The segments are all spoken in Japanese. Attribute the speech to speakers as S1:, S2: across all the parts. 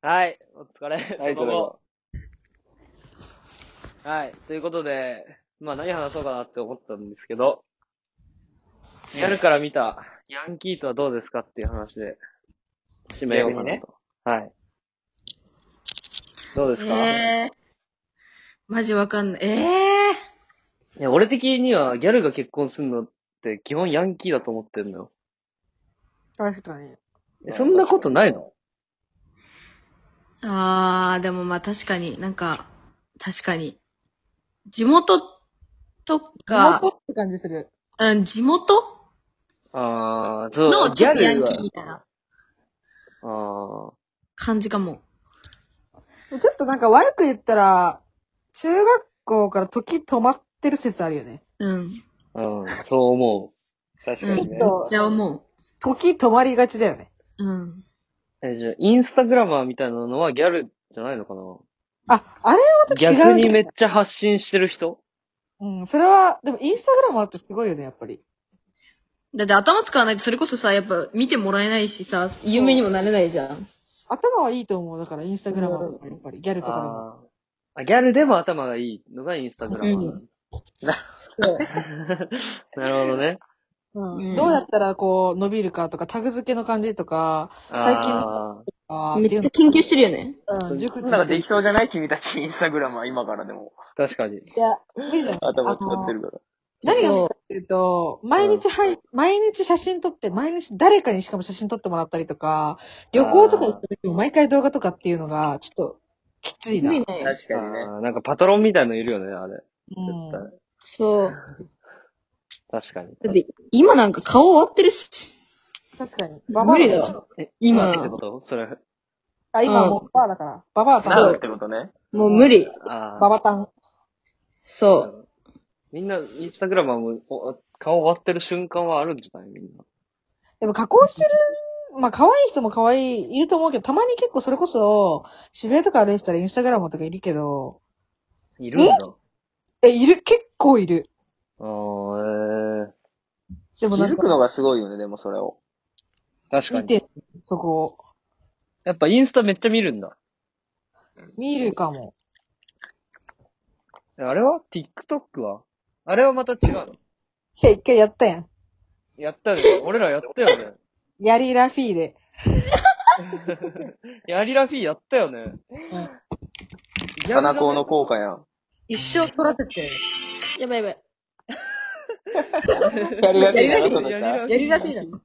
S1: はい、お疲れ。
S2: はい、
S1: そ
S2: ただ
S1: の
S2: いま
S1: 後。はい、ということで、まあ何話そうかなって思ったんですけど、ギャルから見たヤンキーとはどうですかっていう話で、締めようかなと。
S2: 逆にね
S1: はい。どうですか、
S3: えー、マジわかんない。え
S1: いや俺的にはギャルが結婚するのって基本ヤンキーだと思ってんのよ。
S3: ー、確かに。
S1: えそんなことないの
S3: あー、でもまあ確かになんか、確かに。地元とか、
S4: って感じする。
S3: うん、地元
S1: ああ、そう、
S3: のち
S1: ギ
S3: ょ
S1: ャ
S3: っとヤ
S1: ル
S3: ン
S1: は
S3: キーみたいな
S1: あ
S3: 感じかも。
S4: ちょっとなんか悪く言ったら、中学校から時止まってる説あるよね。
S3: うん。
S1: あ、うん、そう思
S2: 確かにね。
S3: じゃあ思
S4: 時止まりがちだよね。
S3: う。うん。
S1: う。え、じゃあ、インスタグラマーみたいなのはギャルじゃないのかな
S4: あ、あれ違うんだ
S1: 逆にめっちゃ発信してる人
S4: うん、それは、でもインスタグラムあってすごいよね、やっぱり。
S3: だって頭使わないとそれこそさ、やっぱ見てもらえないしさ、有名にもなれないじゃん。
S4: 頭はいいと思う。だからインスタグラムはやっぱり、ギャルとかでも。
S1: あーあ、ギャルでも頭がいいのがインスタグラマー。
S3: うん
S1: なるほどね。
S3: うん
S4: どうやったらこう伸びるかとか、タグ付けの感じとか、最近
S1: あ
S4: あー
S3: めっちゃ研究してるよね。
S4: っていうのうん、熟知
S2: なんかできそうじゃない君たちインスタグラムは今からでも。
S1: ー確かに。
S4: いや、無理だよ。
S2: 頭使ってるから。
S4: 何が
S3: そ
S4: し
S3: う
S4: かっていうと、毎日はい、毎日写真撮って、毎日誰かにしかも写真撮ってもらったりとか、旅行とか行った時も毎回動画とかっていうのが、ちょっと、きついな。
S3: 無理
S4: うん。
S3: ないよ。
S2: 確かにね。
S1: あーなんかパトロンみたいのいるよね、あれ。絶
S3: そう。
S1: 対。確かに。
S3: だって、今なんか顔割ってるし。
S4: 確かに。ババ
S3: 無
S4: ア
S3: 理だわ。
S1: え、今ってことそれ。
S4: あ、今もうババアだから。ババアバ
S2: な
S4: バ
S2: るってことね。
S3: もう無理。
S1: あ
S4: ア。
S1: ー
S4: ババタン。
S3: そう。
S1: みんな、インスタグラマーも、お顔割ってる瞬間はあるんじゃないみんな。
S4: でも加工してる、まあ可愛い人も可愛い、いると思うけど、たまに結構それこそ、渋谷とか歩いてたらインスタグラムとかいるけど、
S1: いるんだ。
S4: え、いる、結構いる。
S1: あー、え
S2: 気
S4: でもなん
S2: づく
S4: か、
S2: のがすごいよね、でもそれを。
S1: ー、確か
S4: 見
S1: に。
S4: て、そこ
S1: やっぱインスタめっちゃ見るんだ。
S4: 見るかも。
S1: えあれは ?TikTok はあれはまた違うの
S4: いや、一回やったやん。
S1: やったよね。俺らやったよね。
S4: ヤリラフィーで。
S1: ヤリラフィーやったよね。
S2: 花子の効果やん。
S4: 一生育てて。
S3: やばいやばい。
S2: やりがちな
S4: やり
S2: こ
S4: が
S2: と
S4: ち
S2: で
S1: や
S2: した。
S4: やりラフィーだ。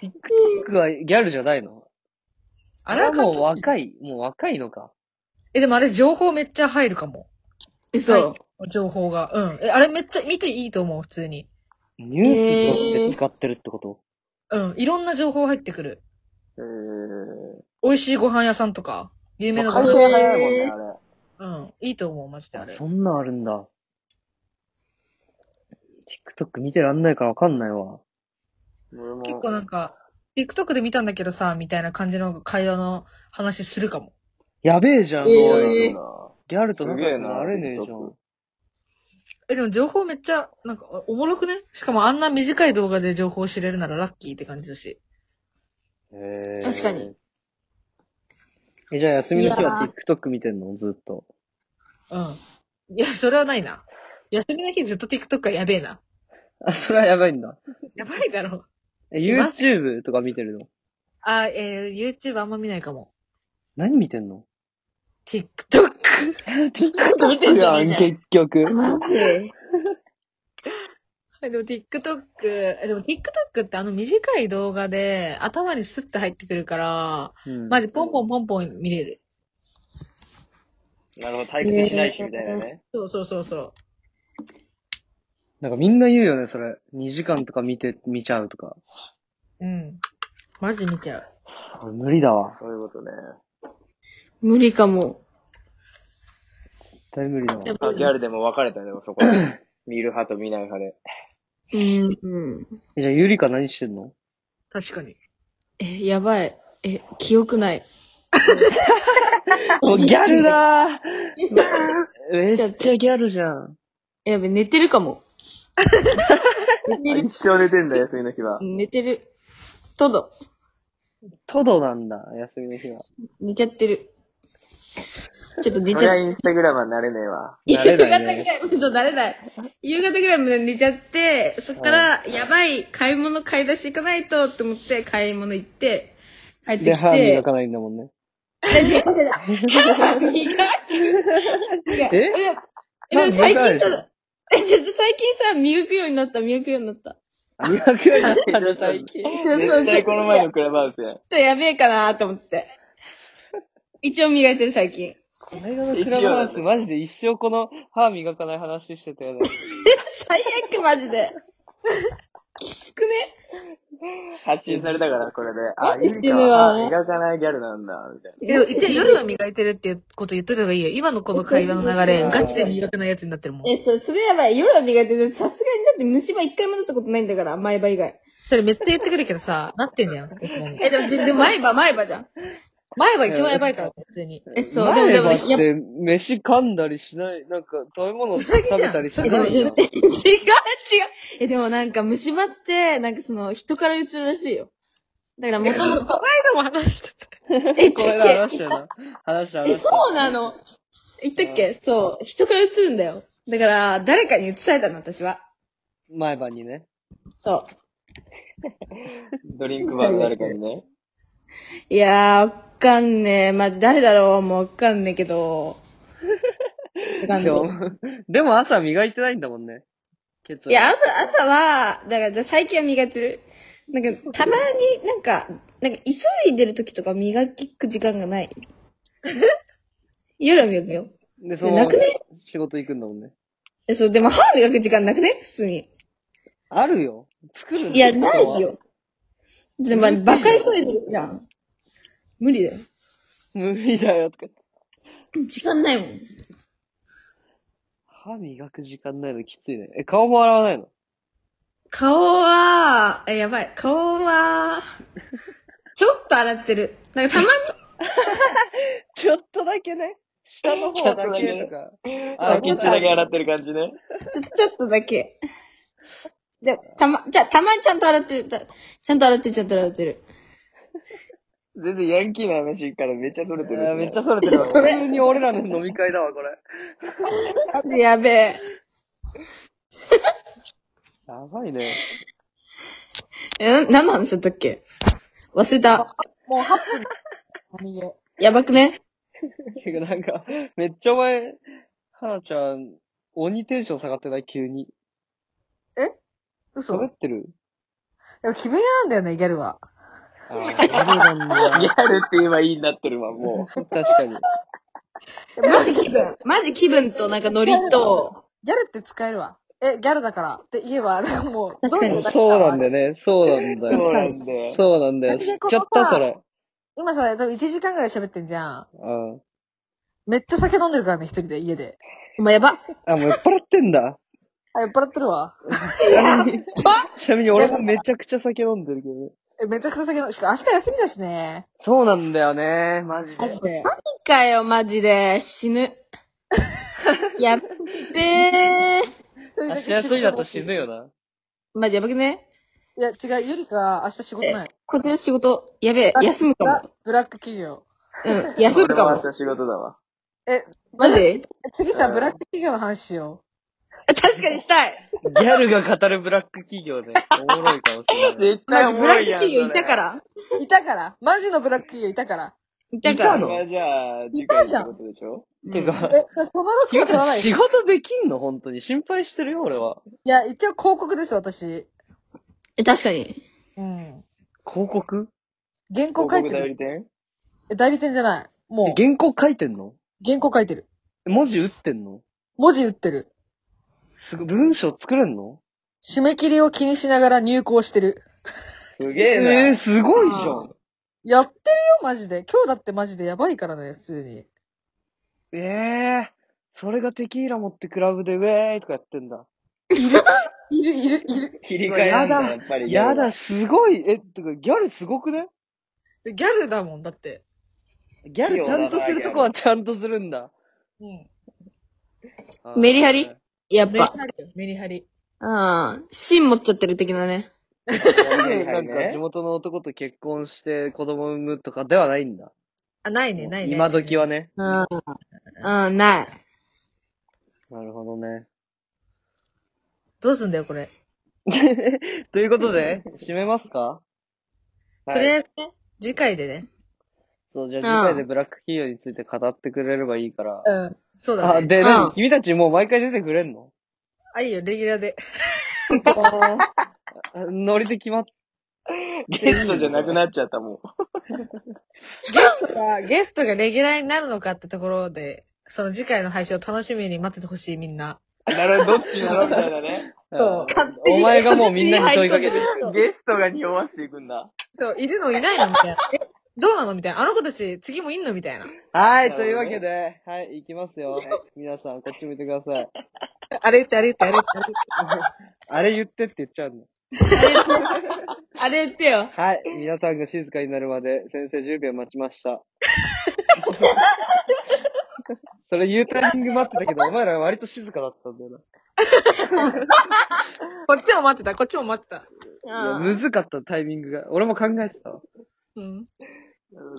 S1: TikTok はギャルじゃないのあれはもう若い、もう若いのか。
S4: え、でもあれ情報めっちゃ入るかも。
S3: え、そう。
S4: 情報が。うん。え、あれめっちゃ見ていいと思う、普通に。
S1: ニュースとして使ってるってこと、
S4: うん。いろんな情報入ってくる。
S2: え
S4: 美味しいご飯屋さんとか、有名
S2: ー。
S4: なご
S2: 回
S4: 飯
S2: 転
S4: 屋
S2: 早いもんね、あれ。
S4: うん。いいと思う、マジであれ。
S1: そんなんあるんだ。TikTok 見てらんないからわかんないわ。
S2: 結
S4: 結構なんか、TikTok で見たんだけどさ、みたいな感じの会話の話するかも。
S1: やべえじゃん、
S3: えー
S1: おい
S3: え
S1: ギャルと仲
S2: すげえ
S1: 良く
S2: な
S1: なれねえじゃ
S2: TikTok
S1: ん。
S4: え、でも情報めっちゃ、なんか、おもろくねしかもあんな短い動画で情報を知れるならラッキーって感じだし。
S1: えー
S3: 確かに。
S1: え、じゃあ休みの日
S3: い
S1: は
S3: や
S1: TikTok 見てんのずっと。
S4: うん。いや、それはないな。休みの日ずっと TikTok はやべえな。
S1: あ、それはやばいんだ。
S4: やばいだろ。
S1: え、
S4: します
S1: YouTube とか見てるの
S4: あ、えー、YouTube あんま見ないかも。
S1: 何見てんの
S4: TikTok。
S1: ?TikTok 見てんじゃん、結局。
S3: マジ
S4: えでも TikTok、えでも TikTok ってあの短い動画で頭にスッて入ってくるから、
S1: うん
S4: マジポンポンポンポン見れる。
S2: なるほど、退屈しないしみたいなね。
S4: そうそうそうそう。
S1: なんかみんな言うよね、それ。2時間とか見て、見ちゃうとか。
S4: うん。マジ見ちゃう。
S1: 俺無理だわ。
S2: そういうことね。
S3: 無理かも。
S1: 絶対無理だわ。
S3: やっぱ
S2: あ、
S3: り
S2: ギャルでも分かれたね、でもそこで。見る派と見ない派で。
S3: うん、うん。
S1: えじゃあゆりか何してんの
S4: 確かに。
S3: え、やばい。え、記 憶ない。
S1: ギャルだーめ
S3: っ
S1: ちゃギャルじゃん。
S3: やべ、寝てるかも。寝てる。
S2: 一生寝てんだ、休みの日は。
S3: 寝てる。トド。
S1: トドなんだ、休みの日は。
S3: 寝ちゃってる。ちょっと寝
S2: こ
S3: ち
S2: れは
S3: ゃって。
S2: インスタグラマーなれねえ わ。
S3: 夕
S1: 慣れ
S3: 方
S1: な
S3: ぐら
S1: いね。
S3: い、ほんと慣れない。夕方ぐらいまで寝ちゃって、そっから、やばい、買い物買い出し行かないとって思って、買い物行って、帰って
S1: で、
S3: き
S1: 歯
S3: て
S1: 磨。かないんだもんね。
S3: 歯磨く。
S1: え
S3: えでも最近
S1: なん
S3: さ、え、ちょっと最近さ、磨くようになった、磨くようになった。
S1: 磨くようになったね、最近。
S2: 絶対この前のクラブハウス
S3: ちょっとやべえかなと思って。一応磨いてる最近。
S1: この間のクラブハウス、マジで一生この歯磨かない話してたよね。
S3: 最悪マジで。きつくね
S2: や。発信されたから、これで。あ、い
S3: 何言っ
S2: い
S3: て
S2: か
S3: んのよ
S2: あ磨かないギャルなんだ、みたいな。
S4: でも一応夜は磨いてるっていうこと言っといた方がいいよ。今のこの会話の流れ、
S1: そうそう
S4: ガチで磨かないやつになってるもん。
S3: え、それ、それやばい。夜は磨いてる。さすがにだって虫歯一回もなったことないんだから、前歯以外。
S4: それめっちゃ言ってくるけどさ、なってんじゃん。別に
S3: え、でも、でも前歯、前歯じゃん。
S4: 前は一番やばいからね、普通に。
S3: え、そう。でも、
S1: 前
S3: でも、
S1: 歯
S3: や
S1: っ
S3: っぱ
S1: て、飯噛んだりしない、なんか、食べ物食べたりし
S4: うさぎじ
S1: な
S4: ゃん
S1: いよ。
S3: 違う違う。え、でもなんか虫歯って、なんかその、人から移るらしいよ。だから、もと もと。
S4: も話してた。
S3: え、
S1: この間話したよな。話した
S3: え、
S1: 話した。
S3: そうなの。言ったっけそう。人から移るんだよ。だから、誰かに移されたの、私は。
S1: 前歯にね。
S3: そ
S2: ドリンクバーの誰かにね。
S3: う。いやー、わかんねえ。まあ、誰だろうもうわかんねえ けど。わかん
S1: で
S3: ねえけど
S1: も、でも朝磨いてないんだもんね。ケツ
S3: いや、朝、朝は、だからだ最近は磨いてる。なんか、たまになんか、なんか急いでる時とか磨く時間がない。夜は磨くよ。
S1: で、その
S3: なくね
S1: 仕事行くんだもんね。
S3: え、そう、でも歯磨く時間なくね普通に。
S1: あるよ。作るんだ
S3: いや、ない。よ。でも、まあバカ急いでるじゃん。無理だよ。
S1: 無理だよ、とか。
S3: 時間ないもん。
S1: 歯磨く時間ないのきついね。え、顔も洗わないの
S3: 顔は、え、やばい。顔は、ちょっと洗ってる。なんかたま
S1: ちょっとだけね。下の方だけとか。
S2: あ、
S1: ち
S2: ケ
S1: ょっ
S2: チ
S1: と
S2: だけ洗ってる感じね。
S3: ちょ、ちょっとだけ。で、たま、じゃあ、たまにちゃんと洗ってる。だちゃんと洗ってる、ちゃんと洗ってる。
S2: 全然ヤンキーの話からめっちゃ取れてる、
S1: あーめっちゃそれてるわ。
S3: それ
S1: 普通に俺らの飲み会だわ、これ。
S3: やべえ。
S1: やばいね。
S3: え、何の話だったっけ忘れた。
S4: もう8分。何で。
S3: やばくね
S1: てか、なんか、めっちゃお前、はなちゃん、鬼テンション下がってない急に。
S4: 嘘
S1: 喋ってる
S4: でも気分屋なんだよね、ギャルは。
S1: ああ、そうなん
S2: ギ
S1: だ。
S2: ャルって今いいになってるわ、も
S1: 確かに。
S3: マジ気分。マジ気分となんかノリと、
S4: ギャルって使えるわ。え、ギャルだからって言えば、 なんかもう、
S3: 確かに
S4: ど
S1: そうなんだ
S4: だ
S1: よね。そうなんだ
S2: う。そう
S1: よ。
S2: なんだよ。
S1: そうなんだよ。知っちゃった、それ。
S4: 今さ、多分1時間ぐらい喋ってんじゃん。
S1: うん。
S4: めっちゃ酒飲んでるからね、一人で、家で。
S3: お前やば。
S1: あ、もう酔っ払ってんだ。
S4: あ、酔っ払ってるわ。
S1: ちなみに俺もめちゃくちゃ酒飲んでるけどね。
S4: え、めちゃくちゃ酒飲んで、しかも明日休みだしね。
S1: そうなんだよね。マジ
S4: マジ
S1: で。
S4: で。
S3: かよ、マジで。死ぬ。やっべえ。
S1: 明日休みだと死ぬよな。
S3: マジやばくね
S4: いや、違う、ゆりか、明日仕事ない。
S3: こちら仕事、やべえ。休むか
S4: ブラ
S3: も。
S4: ブラック企業。
S3: うん、休む
S2: 俺
S3: か
S2: も明
S3: も。
S2: 日仕事だわ。
S3: マジ
S4: 次さ、
S2: うん
S4: ブラック企業の話しよ
S3: 確かにしたい。
S1: ギャルが語るブラック企業ね。おもろいかもしれ ない。
S2: 絶
S3: マ
S2: 対
S3: ジ
S2: お
S3: ブ
S2: も
S3: ラ
S2: ろ
S3: ッ
S2: い
S3: ク
S2: やん
S3: 企業いたか。ら。
S4: う。いたから。マジのブラック企業いたから。
S3: いたから。
S2: それまあじゃあ、次
S4: いた
S2: 回っ
S4: じゃ
S2: て
S4: ん
S2: ことでしょ
S1: て
S4: え、
S1: か、
S4: だからそのロス
S1: 仕
S4: は取ら
S1: 事
S4: ない。い
S1: 仕事できんの本当に。心配してるよ、俺は。
S4: や、一応広告です、私。
S3: え、確かに。
S4: うん。
S1: 広告
S4: 原稿
S2: 広
S4: 書
S2: 告
S4: いて
S2: 代
S4: る。
S2: 理店
S4: え代理店じゃない。
S1: え
S4: もう、
S1: 原稿書いてんの
S4: 原稿書いてる。
S1: 文字打ってんの
S4: 文字打ってる。
S1: すごい、文章作れんの
S4: 締め切りを気にしながら入稿してる。
S2: すげえな。
S1: えー、すごいじゃん。
S4: やってるよ、マジで。今日だってマジでやばいからね、普通に。
S1: ええー、それがテキーラ持ってクラブでウェーイとかやってんだ。
S4: いる、いる、いる。
S2: 切り替えな
S1: うわ
S2: んだ、
S1: や
S2: やっぱり。
S1: やだ、。すごい。え、てか、ギャルすごくね
S4: でギャルだもん、だって。
S1: ギャルちゃんとするとこはちゃんとするんだ。
S4: うん。
S3: メリハリやっ
S4: メリ
S3: ぱ。
S4: ハリよ、メリハリ。
S3: うん。芯持っちゃってる的なね。
S2: はい
S1: な
S2: はい
S1: んか地
S2: ね。
S1: 元の男と結婚して子供産むとかではないんだ。
S4: あ、ないね、ないね。
S1: 今時はね。
S4: うん。
S3: うん、ない。
S1: なるほどね。
S4: どうすんだよ、これ。
S1: ということで、締めますか
S4: とり
S2: はい
S4: あえずね、次回でね。
S1: そう、じゃあ
S3: うん
S1: 次回でブラック企業について語ってくれればいいから。
S4: うん。そうだ
S1: あ、
S4: ね。
S1: で、
S3: うん
S1: 何君たちもう毎回出てくれんの
S4: あ、いいよ、レギュラー で。
S1: あノリで決まっ
S2: ゲストじゃなくなっちゃったも
S4: ゲストが、ゲストがレギュラーになるのかってところで、その次回の配信を楽しみに待っててほしい、みんな。
S2: う。なるほど、どっちなのみたいなね。
S1: た。
S4: そう
S1: お前がもうみんなに問いか けてる。
S2: ゲストが匂わしていくんだ。
S4: そう、いるのいないのみたいな。え、どうなのみたいな。あの子たち、次もいんのみたいな。
S1: はい、というわけで、はい、行きますよ。皆さん、こっち向いてください。
S4: あれ言って、あれ言って、あれ言ってあれ言
S1: あれ言ってって言っちゃうの。
S3: あれ言ってよ。
S1: はい、皆さんが静かになるまで、先生10秒待ちました。それ言うタイミング待ってたけど、お前ら割と静かだったんだよ
S4: って。こっちも待ってた、こっちも待ってた。
S1: な。いや、むずかったタイミングが。俺も考えてたわ。
S4: うん。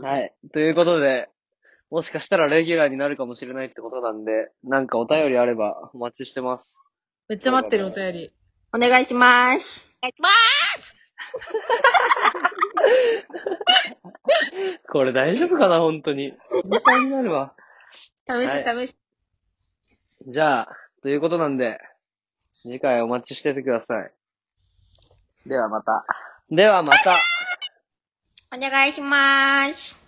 S1: はい。ということで、もしかしたらレギュラーになるかもしれないってことなんで、なんかお便りあればお待ちしてます。
S4: めっちゃ待ってる、お便り。
S3: お願いします。
S1: これ大丈夫かな本当に。心配になるわ。
S4: 試して、試して。
S1: じゃあ、ということなんで、次回お待ちしててくださ
S2: ではまた。
S1: い。ではまた。
S3: お願いします。